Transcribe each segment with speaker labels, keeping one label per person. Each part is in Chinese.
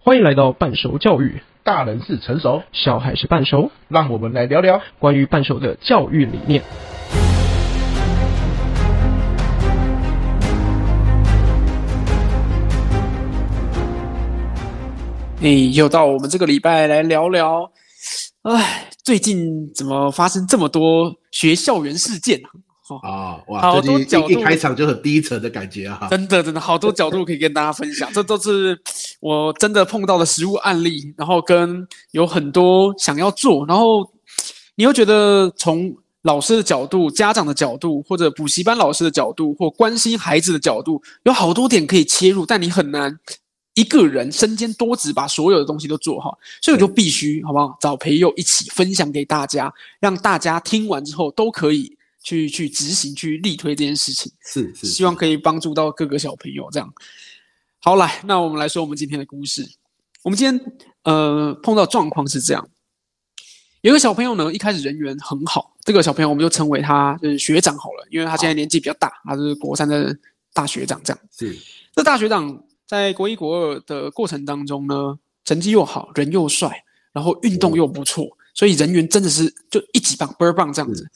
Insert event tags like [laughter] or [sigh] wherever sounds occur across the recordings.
Speaker 1: 欢迎来到半熟教育，
Speaker 2: 大人是成熟，
Speaker 1: 小孩是半熟，
Speaker 2: 让我们来聊聊。
Speaker 1: 关于半熟的教育理念。
Speaker 3: 诶，哎又到我们这个礼拜来聊聊，哎，最近怎么发生这么多学校园事件啊？哦，
Speaker 2: 啊、哇，
Speaker 3: 好多
Speaker 2: 最
Speaker 3: 角
Speaker 2: 近
Speaker 3: 度
Speaker 2: 一一开场就很低沉的感觉啊！
Speaker 3: 真的真的好多角度可以跟大家分享，这 [laughs] 都是我真的碰到的实物案例，然后跟有很多想要做，然后你又觉得从老师的角度、家长的角度，或者补习班老师的角度，或关心孩子的角度，有好多点可以切入，但你很难一个人身兼多职把所有的东西都做好，所以我就必须好不好找培佑一起分享给大家，让大家听完之后都可以去去执行、去力推这件事情。
Speaker 2: 是是，
Speaker 3: 希望可以帮助到各个小朋友这样。好，来，那我们来说我们今天的故事。我们今天呃碰到状况是这样，有一个小朋友呢，一开始人缘很好，这个小朋友我们就称为他就是学长好了，因为他现在年纪比较大，他是国三的大学长这样。
Speaker 2: 是
Speaker 3: 这大学长在国一、国二的过程当中呢，成绩又好，人又帅，然后运动又不错，所以人缘真的是就一级棒、倍儿棒这样子。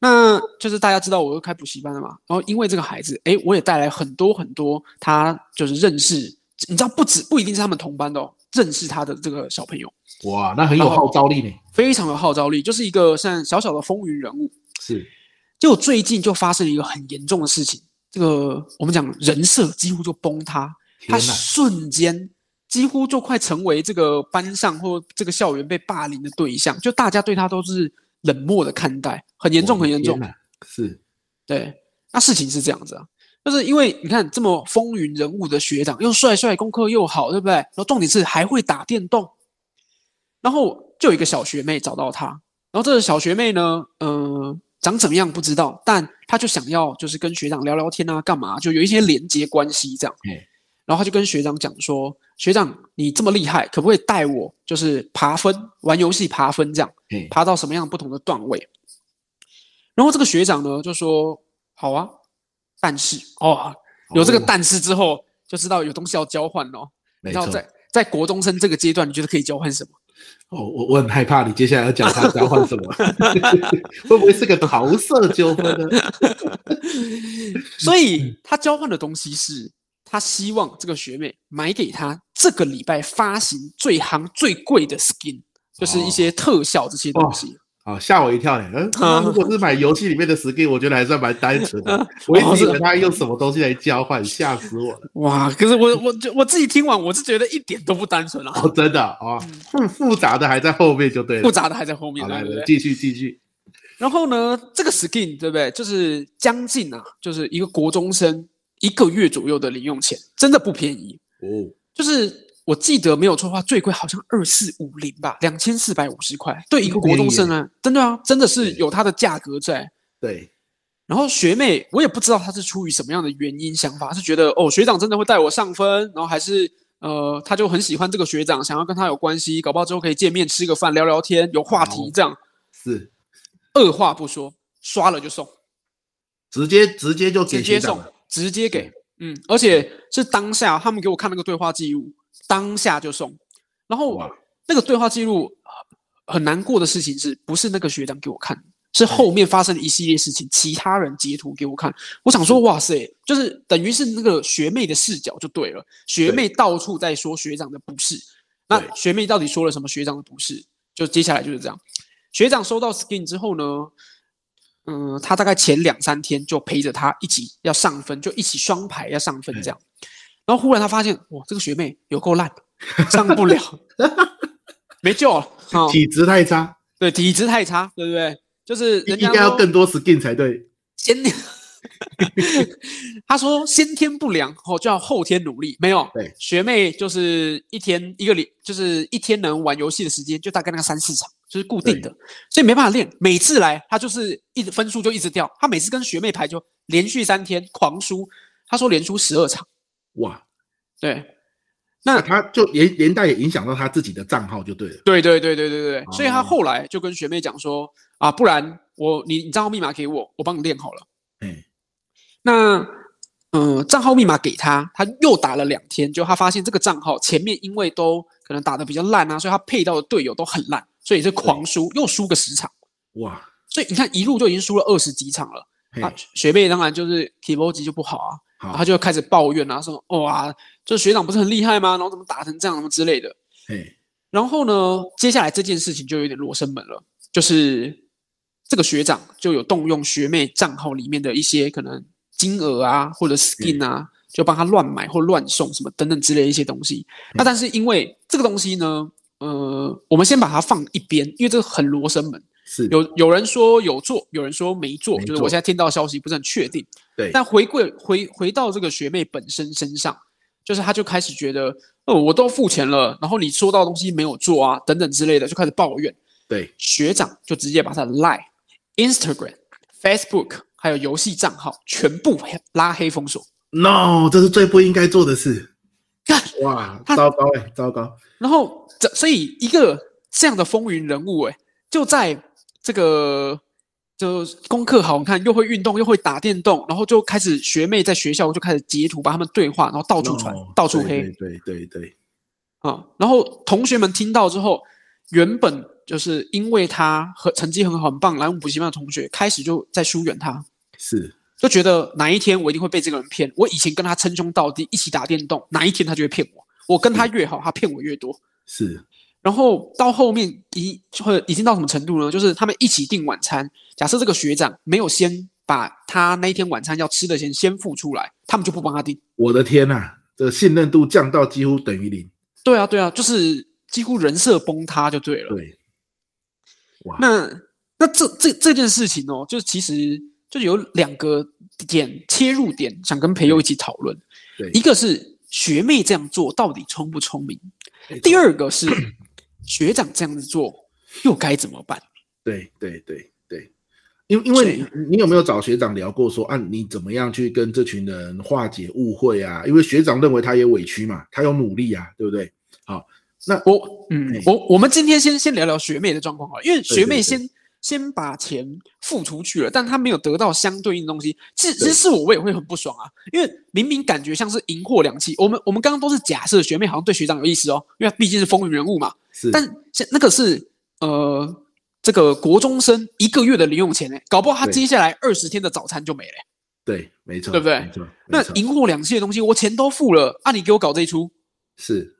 Speaker 3: 那就是大家知道我又开补习班了嘛，然后因为这个孩子，哎，我也带来很多很多他就是认识，你知道不止不一定是他们同班的哦，认识他的这个小朋友
Speaker 2: 哇，那很有
Speaker 3: 然后
Speaker 2: 号召力呢。
Speaker 3: 非常有号召力，就是一个像小小的风云人物。
Speaker 2: 是
Speaker 3: 结果最近就发生了一个很严重的事情，这个我们讲人设几乎就崩塌，他
Speaker 2: 天哪，
Speaker 3: 瞬间几乎就快成为这个班上或这个校园被霸凌的对象，就大家对他都是冷漠的看待，很严重，
Speaker 2: 我的
Speaker 3: 很严重
Speaker 2: 天。哪！是
Speaker 3: 对，那事情是这样子啊，就是因为你看这么风云人物的学长，又帅帅，功课又好，对不对？然后重点是还会打电动，然后就有一个小学妹找到他，然后这个小学妹呢，呃，长怎么样不知道，但她就想要就是跟学长聊聊天啊，干嘛，就有一些连接关系这样
Speaker 2: 嗯。
Speaker 3: 然后她就跟学长讲说：“学长，你这么厉害，可不可以带我就是爬分，玩游戏爬分这样？”
Speaker 2: 嘿，
Speaker 3: 爬到什么样不同的段位。然后这个学长呢就说：“好啊，但是哦，有这个
Speaker 2: 哦
Speaker 3: 但是之后，就知道有东西要交换哦。你
Speaker 2: 没
Speaker 3: 知道
Speaker 2: 错。
Speaker 3: 在在国中生这个阶段，你觉得可以交换什么？
Speaker 2: 哦，我我很害怕你接下来要讲他交换什
Speaker 3: [laughs]
Speaker 2: 么， [laughs] 会不会是个桃色纠纷呢？
Speaker 3: 所以他交换的东西是，他希望这个学妹买给他这个礼拜发行最行最贵的 skin，就是一些特效这些东西。
Speaker 2: 哦，吓我一跳呢。嗯，
Speaker 3: [laughs]
Speaker 2: 那如果是买游戏里面的 skin，我觉得还算蛮单纯的。我
Speaker 3: 哦
Speaker 2: 一直以为他用什么东西来交换，吓死我了。
Speaker 3: 哇！可是我我我自己听完，我是觉得一点都不单纯啊，
Speaker 2: 哦，真的哦，复复杂的还在后面就对
Speaker 3: 嗯
Speaker 2: 了。
Speaker 3: 复杂的还在后面，
Speaker 2: 好，
Speaker 3: 对
Speaker 2: 来
Speaker 3: 不对
Speaker 2: 来？继续继续。
Speaker 3: 然后呢，这个 skin 对不对？就是将近啊，就是一个国中生一个月左右的零用钱，真的不便宜。
Speaker 2: 哦，
Speaker 3: 就是我记得没有错的话，最贵好像二四五零吧，两千四百五十块。对一个国中生呢，真的啊，真的是有它的价格在。
Speaker 2: 对，
Speaker 3: 然后学妹，我也不知道她是出于什么样的原因想法，是觉得哦学长真的会带我上分，然后还是呃她就很喜欢这个学长，想要跟他有关系，搞不好之后可以见面吃个饭聊聊天，有话题
Speaker 2: 哦
Speaker 3: 这样。
Speaker 2: 是
Speaker 3: 二话不说，刷了就送。
Speaker 2: 直接直接就
Speaker 3: 直
Speaker 2: 给
Speaker 3: 接
Speaker 2: 学长
Speaker 3: 送
Speaker 2: 了。，
Speaker 3: 直接给，嗯，而且是当下他们给我看那个对话记录，当下就送。然后
Speaker 2: 哇
Speaker 3: 那个对话记录呃很难过的事情是不是那个学长给我看，是后面发生的一系列事情，其他人截图给我看。我想说，哇塞，就是等于是那个学妹的视角就对了，学妹到处在说学长的不是。那
Speaker 2: 对
Speaker 3: 学妹到底说了什么学长的不是？就接下来就是这样。学长收到 skin 之后呢，嗯，他大概前两三天就陪着他一起要上分，就一起双排要上
Speaker 2: 嗯
Speaker 3: 分这样。然后忽然他发现，哇，这个学妹有够烂，上不
Speaker 2: [laughs]
Speaker 3: 了，没救了。哦，
Speaker 2: 体质太差，
Speaker 3: 对，体质太差，对不对？就是人
Speaker 2: 应
Speaker 3: 家
Speaker 2: 该要
Speaker 3: 说
Speaker 2: 更多 skin 才对。
Speaker 3: 先 [laughs] 天，他说先天不良，哦，就要后天努力。没有，
Speaker 2: 对
Speaker 3: 学妹就是一天一个礼，就是一天能玩游戏的时间就大概那个三四场，就是固定的，所以没办法练。每次来他就是一直分数就一直掉，他每次跟学妹排就连续三天狂输，他说连输十二场，
Speaker 2: 哇，
Speaker 3: 对。
Speaker 2: 那
Speaker 3: 那
Speaker 2: 他就连连带也影响到他自己的账号就对了。
Speaker 3: 对对对对对对，所以他
Speaker 2: 哦
Speaker 3: 后来就跟学妹讲说啊，
Speaker 2: 嗯
Speaker 3: 不然我你你账号密码给我，我帮你练好了。
Speaker 2: 哎，
Speaker 3: 那嗯，账号密码给他，他又打了两天，就他发现这个账号前面因为都可能打得比较烂啊，所以他配到的队友都很烂，所以是狂输，又输个十场，
Speaker 2: 哇，
Speaker 3: 所以你看一路就已经输了二十几场了。
Speaker 2: 嘿
Speaker 3: 啊，学妹当然就是 k e y b o a d 就不好啊，然后他
Speaker 2: 好，
Speaker 3: 就开始抱怨啊，说哇，这学长不是很厉害吗？然后怎么打成这样，什么之类的。
Speaker 2: 嘿，
Speaker 3: 然后呢，接下来这件事情就有点罗生门了，就是这个学长就有动用学妹账号里面的一些可能金额啊，或者 skin 啊，就帮他乱买或乱送什么等等之类的一些东西。那、
Speaker 2: 嗯
Speaker 3: 但是因为这个东西呢，呃，我们先把它放一边，因为这个很罗生门。
Speaker 2: 是
Speaker 3: 有有人说有做，有人说没做，
Speaker 2: 没
Speaker 3: 就是
Speaker 2: 做
Speaker 3: 我现在听到消息不是很确定。
Speaker 2: 对
Speaker 3: 但回归回回到这个学妹本身身上，就是她就开始觉得，哦，我都付钱了，然后你说到的东西没有做啊，等等之类的，就开始抱怨。
Speaker 2: 对，
Speaker 3: 学长就直接把她的 Line、Instagram、Facebook 还有游戏账号全部黑拉黑封锁。
Speaker 2: no，这是最不应该做的事。
Speaker 3: 干
Speaker 2: 哇，
Speaker 3: 他
Speaker 2: 糟糕哎、糟糕，
Speaker 3: 然后这所以一个这样的风云人物、哎，就在这个就功课好，你看又会运动又会打电动，然后就开始学妹在学校就开始截图，把他们对话，然后到处传
Speaker 2: No，
Speaker 3: 到处
Speaker 2: 哦对
Speaker 3: 黑
Speaker 2: 对对对对，
Speaker 3: 啊。然后同学们听到之后，原本就是因为他和成绩很好很棒，来我们补习班的同学开始就在疏远他。
Speaker 2: 是
Speaker 3: 就觉得哪一天我一定会被这个人骗。我以前跟他称兄道弟，一起打电动，哪一天他就会骗我。我跟他越好，他骗我越多。
Speaker 2: 是，
Speaker 3: 然后到后面已会已经到什么程度呢？就是他们一起订晚餐，假设这个学长没有先把他那一天晚餐要吃的钱先付出来，他们就不帮他订。
Speaker 2: 我的天呐、这信任度降到几乎等于零。
Speaker 3: 对啊，对啊，就是几乎人设崩塌就对了。
Speaker 2: 对，哇，
Speaker 3: 那那这这这件事情哦，就是其实就有两个点切入点，想跟培佑一起讨论。
Speaker 2: 对
Speaker 3: 一个是学妹这样做到底聪不聪明？
Speaker 2: 没
Speaker 3: 第
Speaker 2: 错，
Speaker 3: 二个是学长这样子做又该怎么办？
Speaker 2: 对对对对，因为因为
Speaker 3: 所
Speaker 2: 你你有没有找学长聊过说，啊，你怎么样去跟这群人化解误会啊？因为学长认为他也委屈嘛，他有努力啊，对不对？
Speaker 3: 我嗯
Speaker 2: 对，
Speaker 3: 我我们今天先先聊聊学妹的状况好了，因为
Speaker 2: 对
Speaker 3: 学妹
Speaker 2: 对
Speaker 3: 先先把钱付出去了，但她没有得到相对应的东西，其实
Speaker 2: 对
Speaker 3: 其实我我也会很不爽啊，因为明明感觉像是赢货两讫，我们我们刚刚都是假设学妹好像对学长有意思哦，因为她毕竟是风云人物嘛，
Speaker 2: 是，
Speaker 3: 但是那个是呃这个国中生一个月的零用钱呢、搞不好他
Speaker 2: 对
Speaker 3: 接下来二十天的早餐就没了欸、
Speaker 2: 对，没错，
Speaker 3: 对不对
Speaker 2: 没错，
Speaker 3: 那
Speaker 2: 没错
Speaker 3: 赢货两讫的东西，我钱都付了，啊，你给我搞这一出，
Speaker 2: 是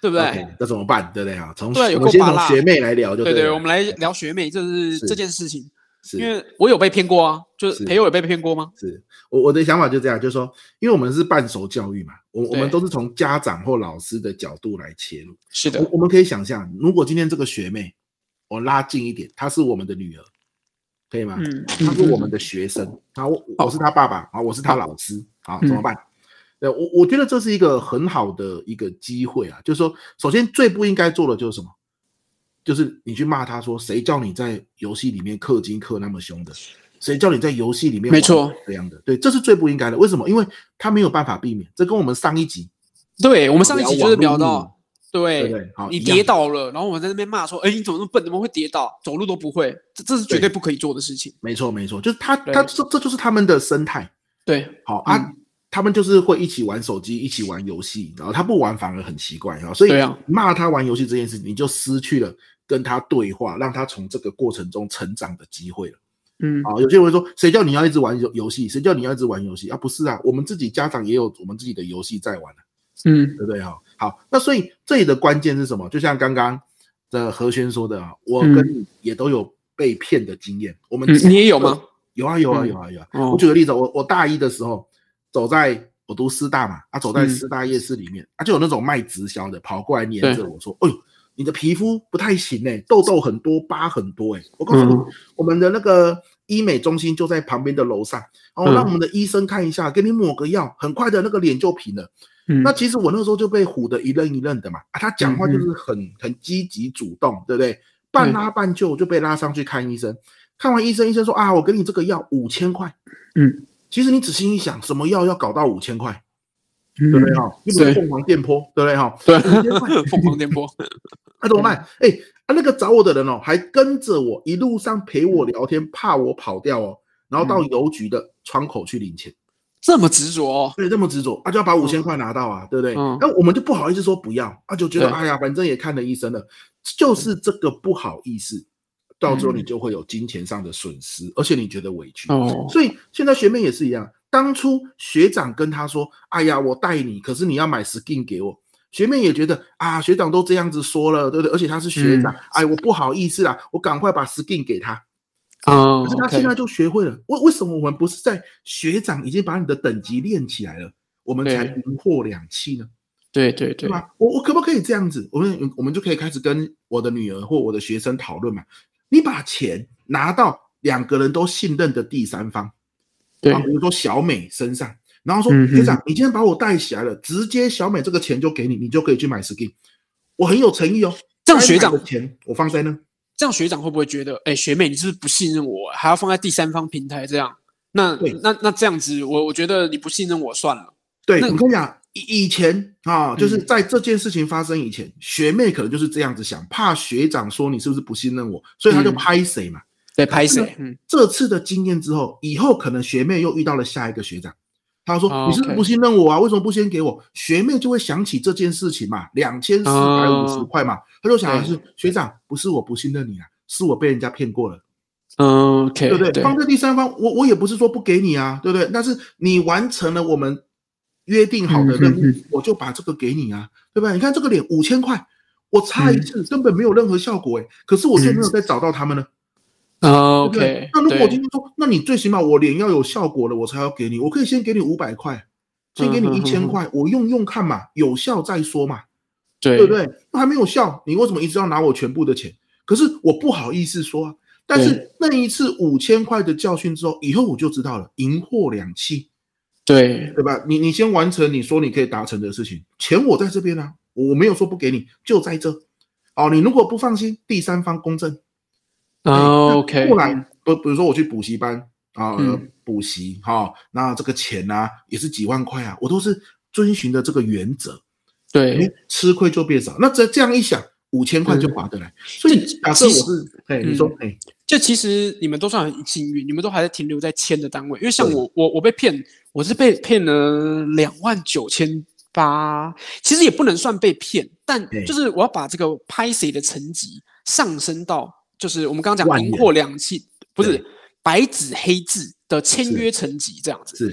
Speaker 3: 对不对
Speaker 2: OK，那怎么办？对不对啊？从
Speaker 3: 对有够
Speaker 2: 我们先
Speaker 3: 拔
Speaker 2: 从
Speaker 3: 辣
Speaker 2: 学妹来聊就
Speaker 3: 对
Speaker 2: 对
Speaker 3: 对，
Speaker 2: 了
Speaker 3: 我们来聊学妹，就是
Speaker 2: 是
Speaker 3: 这件事情。
Speaker 2: 是
Speaker 3: 因为我有被骗过啊，就是
Speaker 2: 是
Speaker 3: 培友有被骗过吗？
Speaker 2: 是我我的想法就这样，就是说，因为我们是半熟教育嘛，我我
Speaker 3: 对
Speaker 2: 们都是从家长或老师的角度来切入。
Speaker 3: 是的
Speaker 2: 我，我们可以想象，如果今天这个学妹，我拉近一点，她是我们的女儿，可以吗？
Speaker 3: 嗯，
Speaker 2: 她是我们的学生，啊，我我我是她爸爸啊，我是她老师啊，
Speaker 3: 嗯
Speaker 2: 怎么办？对我我觉得这是一个很好的一个机会啊，就是说，首先最不应该做的就是什么？就是你去骂他说，谁叫你在游戏里面氪金氪那么凶的？谁叫你在游戏里面
Speaker 3: 没错
Speaker 2: 玩这样的？对，这是最不应该的。为什么？因为他没有办法避免。这跟我们上一集
Speaker 3: 对，我们上一集就是聊
Speaker 2: 聊网络
Speaker 3: 到，
Speaker 2: 对
Speaker 3: 对
Speaker 2: 不，对？好，
Speaker 3: 你
Speaker 2: 一样
Speaker 3: 跌倒了，然后我在那边骂说，哎，你怎么那么笨，怎么会跌倒，走路都不会，这这是绝对
Speaker 2: 对
Speaker 3: 不可以做的事情。
Speaker 2: 没错没错，就是他
Speaker 3: 对
Speaker 2: 他这这就是他们的生态。
Speaker 3: 对，
Speaker 2: 好啊，
Speaker 3: 嗯
Speaker 2: 他们就是会一起玩手机，一起玩游戏，然后他不玩反而很奇怪啊。所以
Speaker 3: 对啊
Speaker 2: 骂他玩游戏这件事，你就失去了跟他对话，让他从这个过程中成长的机会了。
Speaker 3: 嗯，
Speaker 2: 啊，有些人会说，谁叫你要一直玩游游戏？谁叫你要一直玩游戏啊？不是啊，我们自己家长也有我们自己的游戏在玩啊，
Speaker 3: 嗯，
Speaker 2: 对不对哈、好，那所以这里的关键是什么？就像刚刚的何轩说的啊，我跟你也都有被骗的经验，我们
Speaker 3: 嗯你也有吗？
Speaker 2: 有啊有啊
Speaker 3: 嗯
Speaker 2: 有啊有啊。
Speaker 3: 哦
Speaker 2: 我，举个例子，我我大一的时候，走在我读师大嘛，啊，走在
Speaker 3: 嗯
Speaker 2: 师大夜市里面，啊，就有那种卖直销的跑过来黏着
Speaker 3: 对
Speaker 2: 我说：“哎呦，你的皮肤不太行哎、痘痘很多，疤很多哎、我告诉你，
Speaker 3: 嗯
Speaker 2: 我们的那个医美中心就在旁边的楼上，然后
Speaker 3: 嗯
Speaker 2: 让我们的医生看一下，给你抹个药，很快的那个脸就平了。”
Speaker 3: 嗯
Speaker 2: 那其实我那时候就被唬得一愣一愣的嘛，啊，他讲话就是很很积极主动，对不对？半拉半就就被拉上去看医生，看完医生，医生说啊，我给你这个药五千块，
Speaker 3: 嗯，
Speaker 2: 其实你仔细一想，什么药要搞到五千块，
Speaker 3: 嗯
Speaker 2: 对不对哈？又不
Speaker 3: 对
Speaker 2: 是凤凰电波，对不对哈？
Speaker 3: 对
Speaker 2: 五千
Speaker 3: [laughs]
Speaker 2: 块，
Speaker 3: 凤凰电波，
Speaker 2: 那怎么办？哎、啊，那个找我的人哦，还跟着我一
Speaker 3: 嗯
Speaker 2: 路上陪我聊天，怕我跑掉哦，然后到邮局的窗口去领钱。
Speaker 3: 这么执着哦，
Speaker 2: 对，这么执着，啊，就要把五千块拿到啊，对不对
Speaker 3: 嗯？
Speaker 2: 那我们就不好意思说不要，啊，就觉得
Speaker 3: 对嗯
Speaker 2: 哎呀，反正也看了医生了，就是这个不好意思，到最后你就会有金钱上的损失，而且你觉得委屈。
Speaker 3: 哦，
Speaker 2: 所以现在学妹也是一样，当初学长跟她说：“哎呀，我带你，可是你要买 skin 给我。”学妹也觉得啊，学长都这样子说了，对不对？而且他是学
Speaker 3: 嗯
Speaker 2: 长，哎，我不好意思啦，我赶快把 skin 给他。
Speaker 3: 啊
Speaker 2: 可是他现在就学会了，为为什么我们不是在学长已经把你的等级练起来了，我们才
Speaker 3: 对
Speaker 2: 赢货两气呢？
Speaker 3: 对对对
Speaker 2: 对，吧？我我可不可以这样子？我们我们就可以开始跟我的女儿或我的学生讨论嘛。你把钱拿到两个人都信任的第三方，
Speaker 3: 对
Speaker 2: 啊，比如说小美身上，然后说、
Speaker 3: 嗯哼
Speaker 2: 学长，你今天把我带起来了，直接小美这个钱就给你，你就可以去买 skin。我很有诚意哦，
Speaker 3: 这样学长
Speaker 2: 该买的钱我放在那，
Speaker 3: 这样学长会不会觉得，哎、学妹你是不是不信任我，还要放在第三方平台这样？那
Speaker 2: 对
Speaker 3: 那那这样子，我我觉得你不信任我算了。
Speaker 2: 对，
Speaker 3: 那
Speaker 2: 我跟你讲，以以前啊，就是
Speaker 3: 嗯
Speaker 2: 在这件事情发生以前，学妹可能就是这样子想，怕学长说你是不是不信任我，所以他就
Speaker 3: 嗯
Speaker 2: 拍谁嘛。
Speaker 3: 对，拍谁
Speaker 2: 那？
Speaker 3: 嗯，
Speaker 2: 这次的经验之后，以后可能学妹又遇到了下一个学长，他说、
Speaker 3: 哦
Speaker 2: 你是不是
Speaker 3: OK
Speaker 2: 不信任我啊？为什么不先给我？学妹就会想起这件事情嘛，两千四百五十
Speaker 3: 哦
Speaker 2: 块嘛，他就想的
Speaker 3: 对
Speaker 2: 是学长不是我不信任你啊，是我被人家骗过了。
Speaker 3: 嗯，OK，
Speaker 2: 对不对？
Speaker 3: 对
Speaker 2: 放在第三方，我我也不是说不给你啊，对不对？但是你完成了我们约定好的任务，
Speaker 3: 嗯嗯
Speaker 2: 我就把这个给你啊，对不对？你看这个脸五千块，我擦一次、根本没有任何效果哎、可是我就没有再找到他们了，
Speaker 3: 嗯
Speaker 2: 对不对
Speaker 3: ，OK，
Speaker 2: 那如果我今
Speaker 3: 对
Speaker 2: 天说，那你最起码我脸要有效果了，我才要给你，我可以先给你五百块，先给你
Speaker 3: 嗯
Speaker 2: 一
Speaker 3: 嗯
Speaker 2: 千
Speaker 3: 嗯
Speaker 2: 块，我用用看嘛，有效再说嘛。
Speaker 3: 对
Speaker 2: 对不对？那还没有效，你为什么一直要拿我全部的钱？可是我不好意思说啊。但是
Speaker 3: 对
Speaker 2: 那一次五千块的教训之后，以后我就知道了，赢货两讫，
Speaker 3: 对嗯
Speaker 2: 对吧？你你先完成你说你可以达成的事情，钱我在这边啊，我我没有说不给你，就在这。哦，你如果不放心，第三方公证。
Speaker 3: 哦
Speaker 2: 哎
Speaker 3: ，OK，
Speaker 2: 那后来，比比如说我去补习班啊，呃
Speaker 3: 嗯
Speaker 2: 补习哈、那这个钱呢、也是几万块啊，我都是遵循的这个原则。哎
Speaker 3: 对，
Speaker 2: 吃亏就变少。那这这样一想，五千
Speaker 3: 嗯
Speaker 2: 块就划得来。所以假设我是，哎，你说，哎，
Speaker 3: 就其实你们都算很幸运，你们都还在停留在千的单位，因为像我，我我被骗，我是被骗了两万九千八，其实也不能算被骗，但
Speaker 2: 对
Speaker 3: 就是我要把这个拍谁的层级上升到，就是我们刚刚
Speaker 2: 万
Speaker 3: 讲
Speaker 2: 元
Speaker 3: 赢货两期，不是
Speaker 2: 对
Speaker 3: 白纸黑字的签
Speaker 2: 是
Speaker 3: 约层级这样子。
Speaker 2: 是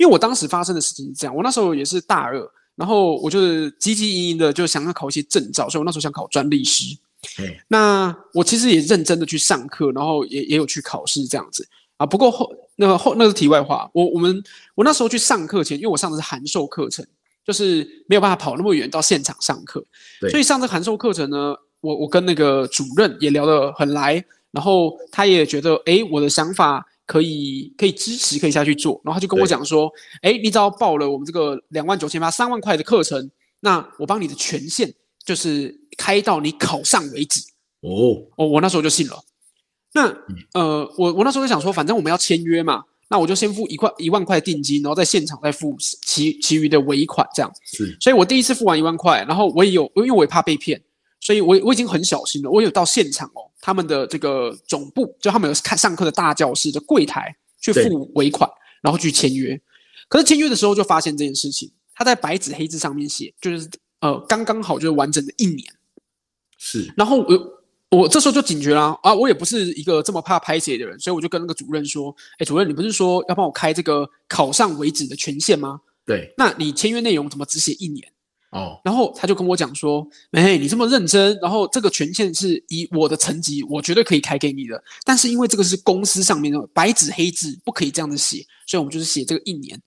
Speaker 3: 因为我当时发生的事情是这样，我那时候也是大二，然后我就是汲汲营营的就想要考一些证照，所以我那时候想考专利师
Speaker 2: 对。
Speaker 3: 那我其实也认真的去上课，然后也也有去考试这样子啊。不过后那个后那是题外话，我我们我那时候去上课前，因为我上的是函授课程，就是没有办法跑那么远到现场上课
Speaker 2: 对，
Speaker 3: 所以上这函授课程呢，我我跟那个主任也聊得很来，然后他也觉得，诶，我的想法可以可以支持，可以下去做。然后他就跟我
Speaker 2: 对
Speaker 3: 讲说，诶，你只要报了我们这个两万九千八三万块的课程，那我帮你的权限就是开到你考上为止。
Speaker 2: 哦，
Speaker 3: 哦，我那时候就信了。那呃，我我那时候就想说，反正我们要签约嘛，那我就先付一块一万块定金，然后在现场再付其其余的尾款这样。
Speaker 2: 是
Speaker 3: 所以我第一次付完一万块，然后我也有，因为我也怕被骗，所以我我已经很小心了。我有到现场哦，他们的这个总部，就他们有看上课的大教室的柜台去
Speaker 2: 对
Speaker 3: 付尾款，然后去签约。可是签约的时候就发现这件事情，他在白纸黑字上面写，就是呃刚刚好就是完整的一年。
Speaker 2: 是，
Speaker 3: 然后我我这时候就警觉啦、啊，我也不是一个这么怕拍谁的人，所以我就跟那个主任说，哎，主任，你不是说要帮我开这个考上为止的权限吗？
Speaker 2: 对，
Speaker 3: 那你签约内容怎么只写一年？
Speaker 2: 哦，
Speaker 3: 然后他就跟我讲说：“哎，你这么认真，然后这个权限是以我的层级，我绝对可以开给你的。但是因为这个是公司上面的白纸黑字，不可以这样子写，所以我们就是写这个一年。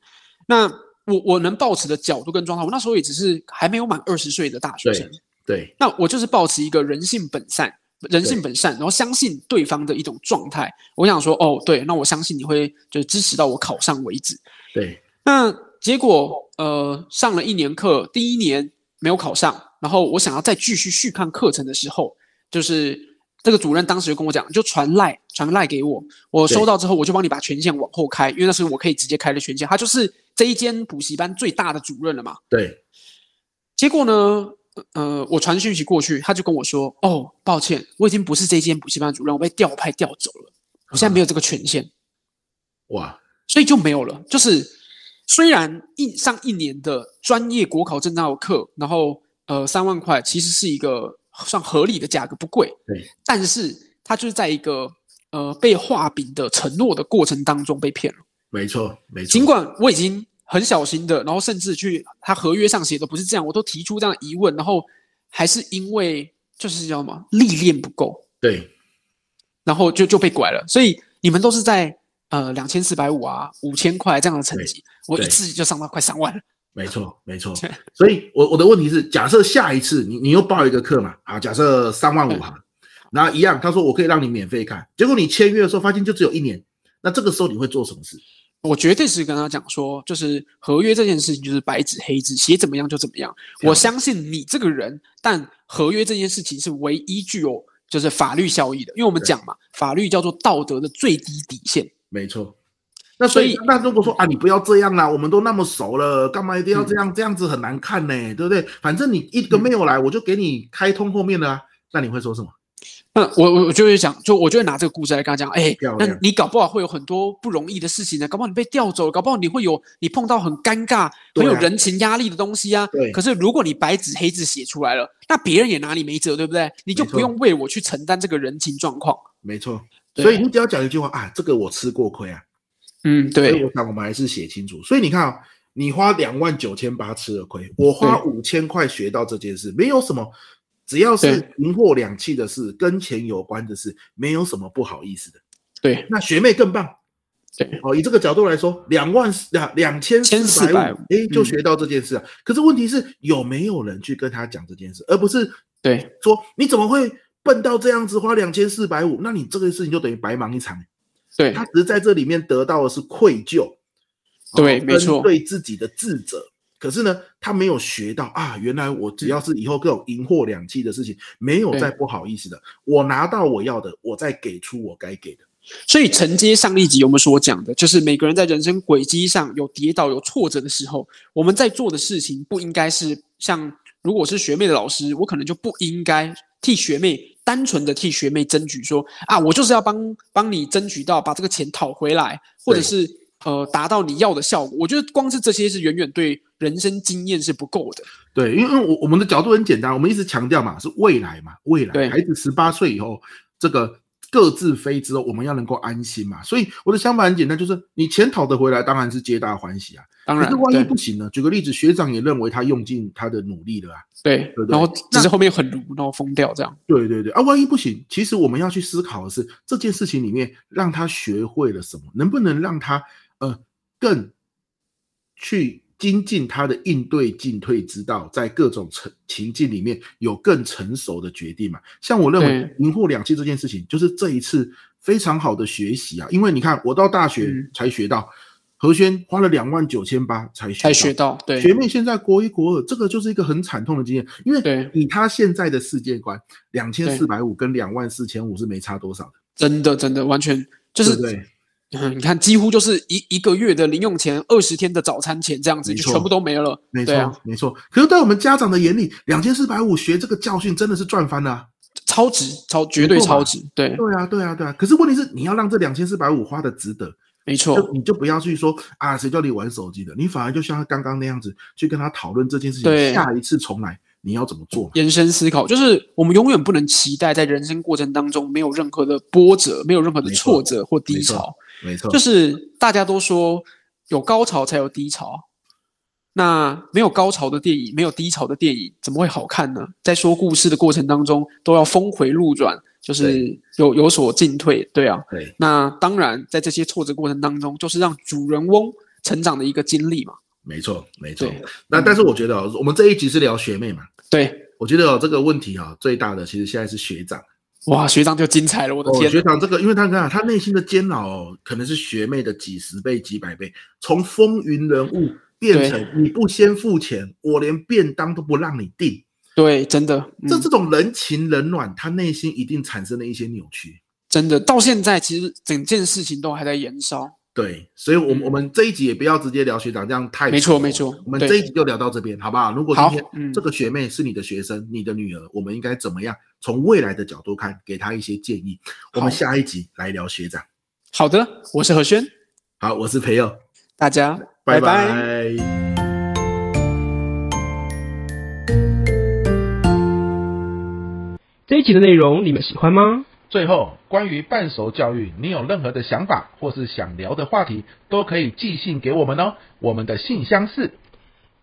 Speaker 3: 那我我能抱持的角度跟状态，我那时候也只是还没有满二十岁的大学生，
Speaker 2: 对，
Speaker 3: 那我就是抱持一个人性本善，人性本善，然后相信对方的一种状态。我想说，哦，对，那我相信你会就是支持到我考上为止。
Speaker 2: 对，
Speaker 3: 那结果呃，上了一年课，第一年没有考上，然后我想要再继续续看课程的时候，就是这个主任当时就跟我讲，就传赖传赖给我，我
Speaker 2: 对
Speaker 3: 收到之后我就帮你把权限往后开，因为那是我可以直接开的权限，他就是这一间补习班最大的主任了嘛。
Speaker 2: 对，
Speaker 3: 结果呢，呃，我传讯息过去，他就跟我说，哦，抱歉，我已经不是这一间补习班主任，我被调派调走了，我现在没有这个权限。
Speaker 2: 哇，
Speaker 3: 所以就没有了。就是虽然一上一年的专业国考证照课，然后呃三万块其实是一个算合理的价格，不贵。
Speaker 2: 对，
Speaker 3: 但是他就是在一个呃被画饼的承诺的过程当中被骗了。
Speaker 2: 没错，没错。
Speaker 3: 尽管我已经很小心的，然后甚至去他合约上写的不是这样，我都提出这样的疑问，然后还是因为就是叫什么历练不够，
Speaker 2: 对
Speaker 3: 然后就就被拐了。所以你们都是在呃两千四百五啊五千块这样的成绩，我一
Speaker 2: 对
Speaker 3: 次就上到快三万了。
Speaker 2: 没错，没错。所以我我的问题是，假设下一次你你又报一个课嘛，啊，假设三万五
Speaker 3: 嗯
Speaker 2: 哈，然后一样，他说我可以让你免费看，结果你签约的时候发现就只有一年，那这个时候你会做什么事？
Speaker 3: 我绝对是跟他讲说，就是合约这件事情就是白纸黑字，写怎么样就怎么样。
Speaker 2: 了
Speaker 3: 我
Speaker 2: 解
Speaker 3: 相信你这个人，但合约这件事情是唯一具有就是法律效益的，因为我们
Speaker 2: 对
Speaker 3: 讲嘛，法律叫做道德的最低底线。
Speaker 2: 没错。那所以
Speaker 3: 所以
Speaker 2: 那如果说啊，你不要这样啦，我们都那么熟了，干嘛一定要这
Speaker 3: 嗯
Speaker 2: 样？这样子很难看呢、对不对？反正你一个没有来，我就给你开通后面的啊。那你会说什么？
Speaker 3: 那我我我就会想，就我就会拿这个故事来跟他讲，哎、
Speaker 2: 漂
Speaker 3: 那
Speaker 2: 亮
Speaker 3: 你搞不好会有很多不容易的事情呢，搞不好你被调走了，搞不好你会有你碰到很尴尬、
Speaker 2: 对
Speaker 3: 很
Speaker 2: 啊
Speaker 3: 有人情压力的东西啊。
Speaker 2: 对
Speaker 3: 可是如果你白纸黑字写出来了，那别人也拿你没辙，对不对？你就
Speaker 2: 没错
Speaker 3: 不用为我去承担这个人情状况。
Speaker 2: 没错，
Speaker 3: 对
Speaker 2: 所以你只要讲一句话啊，这个我吃过亏啊。
Speaker 3: 嗯，对
Speaker 2: 所以我想我们还是写清楚。所以你看啊、你花两万九千八吃了亏，我花五千块学到这件事，没有什么，只要是
Speaker 3: 对
Speaker 2: 赢货两气的事，跟钱有关的事，没有什么不好意思的。
Speaker 3: 对
Speaker 2: 那学妹更棒。
Speaker 3: 对，
Speaker 2: 哦，以这个角度来说，两万两两千四
Speaker 3: 1450
Speaker 2: 百五，哎，就学到这件事啊。可是问题是，有没有人去跟他讲这件事，而不是
Speaker 3: 对
Speaker 2: 说你怎么会笨到这样子花两千四百五？那你这个事情就等于白忙一场。
Speaker 3: 对
Speaker 2: 他只是在这里面得到的是愧疚，哦
Speaker 3: 对没
Speaker 2: 跟
Speaker 3: 错
Speaker 2: 对自己的自责。可是呢，他没有学到啊，原来我只要是以后各种赢货两期的事情，没有
Speaker 3: 对
Speaker 2: 再不好意思的，我拿到我要的，我再给出我该给的。
Speaker 3: 所以承接上一集我们所讲的，就是每个人在人生轨迹上有跌倒、有挫折的时候，我们在做的事情不应该是像，如果是学妹的老师，我可能就不应该替学妹单纯的替学妹争取说啊，我就是要帮帮你争取到把这个钱讨回来，或者是呃达到你要的效果。我觉得光是这些是远远对人生经验是不够的。
Speaker 2: 对，因为因为我我们的角度很简单，我们一直强调嘛，是未来嘛，未
Speaker 3: 对
Speaker 2: 来孩子十八岁以后，这个各自飞之后，我们要能够安心嘛。所以我的想法很简单，就是你钱讨得回来，当然是皆大欢喜啊。
Speaker 3: 当
Speaker 2: 可
Speaker 3: 然
Speaker 2: 是，万一
Speaker 3: 对
Speaker 2: 不行呢？举个例子，学长也认为他用尽他的努力了啊。
Speaker 3: 对
Speaker 2: 对，对
Speaker 3: 然后只
Speaker 2: 那
Speaker 3: 是后面很鲁，然后疯掉这样。
Speaker 2: 对对对啊，万一不行，其实我们要去思考的是这件事情里面让他学会了什么，能不能让他呃更去精进他的应对进退之道，在各种成情境里面有更成熟的决定嘛？像我认为
Speaker 3: 对
Speaker 2: 赢货两期这件事情，就是这一次非常好的学习啊，因为你看我到大学
Speaker 3: 嗯
Speaker 2: 才学到，何轩花了两万九千八才学
Speaker 3: 才
Speaker 2: 到
Speaker 3: 学到，对
Speaker 2: 学妹现在国一国二，这个就是一个很惨痛的经验，因为
Speaker 3: 对
Speaker 2: 以他现在的世界观，两千四百五跟两万四千五是没差多少的，
Speaker 3: 真的真的完全就
Speaker 2: 对
Speaker 3: 是
Speaker 2: 不对？
Speaker 3: 嗯， [laughs] 你看，几乎就是一一个月的零用钱，二十天的早餐钱这样子，
Speaker 2: 没
Speaker 3: 就
Speaker 2: 错
Speaker 3: 全部都没了。
Speaker 2: 没
Speaker 3: 对啊
Speaker 2: 错，没错。可是，在我们家长的眼里，两千四百五学这个教训真的是赚翻了啊、
Speaker 3: 超值，超绝对
Speaker 2: 没错嘛
Speaker 3: 超值，对，
Speaker 2: 对啊，对啊，对啊。可是问题是，你要让这两千四百五花的值得，
Speaker 3: 没错
Speaker 2: 就，你就不要去说啊，谁叫你玩手机的？你反而就像他刚刚那样子，去跟他讨论这件事情，
Speaker 3: 对
Speaker 2: 下一次重来你要怎么做嘛？
Speaker 3: 延伸思考，就是我们永远不能期待在人生过程当中没有任何的波折，没有任何的
Speaker 2: 没
Speaker 3: 挫
Speaker 2: 错
Speaker 3: 折或低
Speaker 2: 没错
Speaker 3: 潮。
Speaker 2: 没错，
Speaker 3: 就是大家都说有高潮才有低潮，那没有高潮的电影，没有低潮的电影怎么会好看呢？在说故事的过程当中，都要峰回路转，就是有有所进退，对啊。
Speaker 2: 对，
Speaker 3: 那当然，在这些挫折过程当中，就是让主人翁成长的一个经历嘛。
Speaker 2: 没错，没错
Speaker 3: 对。
Speaker 2: 那但是我觉得、哦，我们这一集是聊学妹嘛，
Speaker 3: 对，
Speaker 2: 我觉得、哦、这个问题啊、最大的其实现在是学长。
Speaker 3: 哇，学长就精彩了，我的
Speaker 2: 哦，
Speaker 3: 天！
Speaker 2: 学长这个，因为他看啊他内心的煎熬、哦、可能是学妹的几十倍、几百倍，从风云人物变成你不先付钱，我连便当都不让你订，
Speaker 3: 对，真的，嗯、
Speaker 2: 这这种人情冷暖，他内心一定产生了一些扭曲。
Speaker 3: 真的到现在，其实整件事情都还在延烧。
Speaker 2: 对，所以，我
Speaker 3: 嗯
Speaker 2: 们我们这一集也不要直接聊学长，这样太
Speaker 3: 没错
Speaker 2: 长了
Speaker 3: 没错
Speaker 2: 哎我们
Speaker 3: 对
Speaker 2: 这一集就聊到这边，好不好？如果今
Speaker 3: 好
Speaker 2: 天，
Speaker 3: 嗯
Speaker 2: 这，个学妹是你的学生，你的女儿，我们应该怎么样从未来的角度看，给她一些建议？我们
Speaker 3: 好
Speaker 2: 下一集来聊学长。
Speaker 3: 好的，我是何轩，
Speaker 2: 好，我是培佑，
Speaker 3: 大家
Speaker 2: 拜
Speaker 3: 拜
Speaker 2: 拜
Speaker 1: 这一集的内容你们喜欢吗？
Speaker 4: 最后，关于半熟教育，你有任何的想法或是想聊的话题，都可以寄信给我们哦。我们的信箱是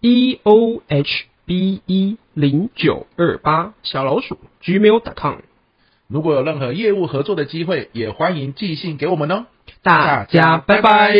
Speaker 1: e o h b e 零九二八小老鼠 gmail.com，
Speaker 4: 如果有任何业务合作的机会，也欢迎寄信给我们哦。
Speaker 1: 大家拜拜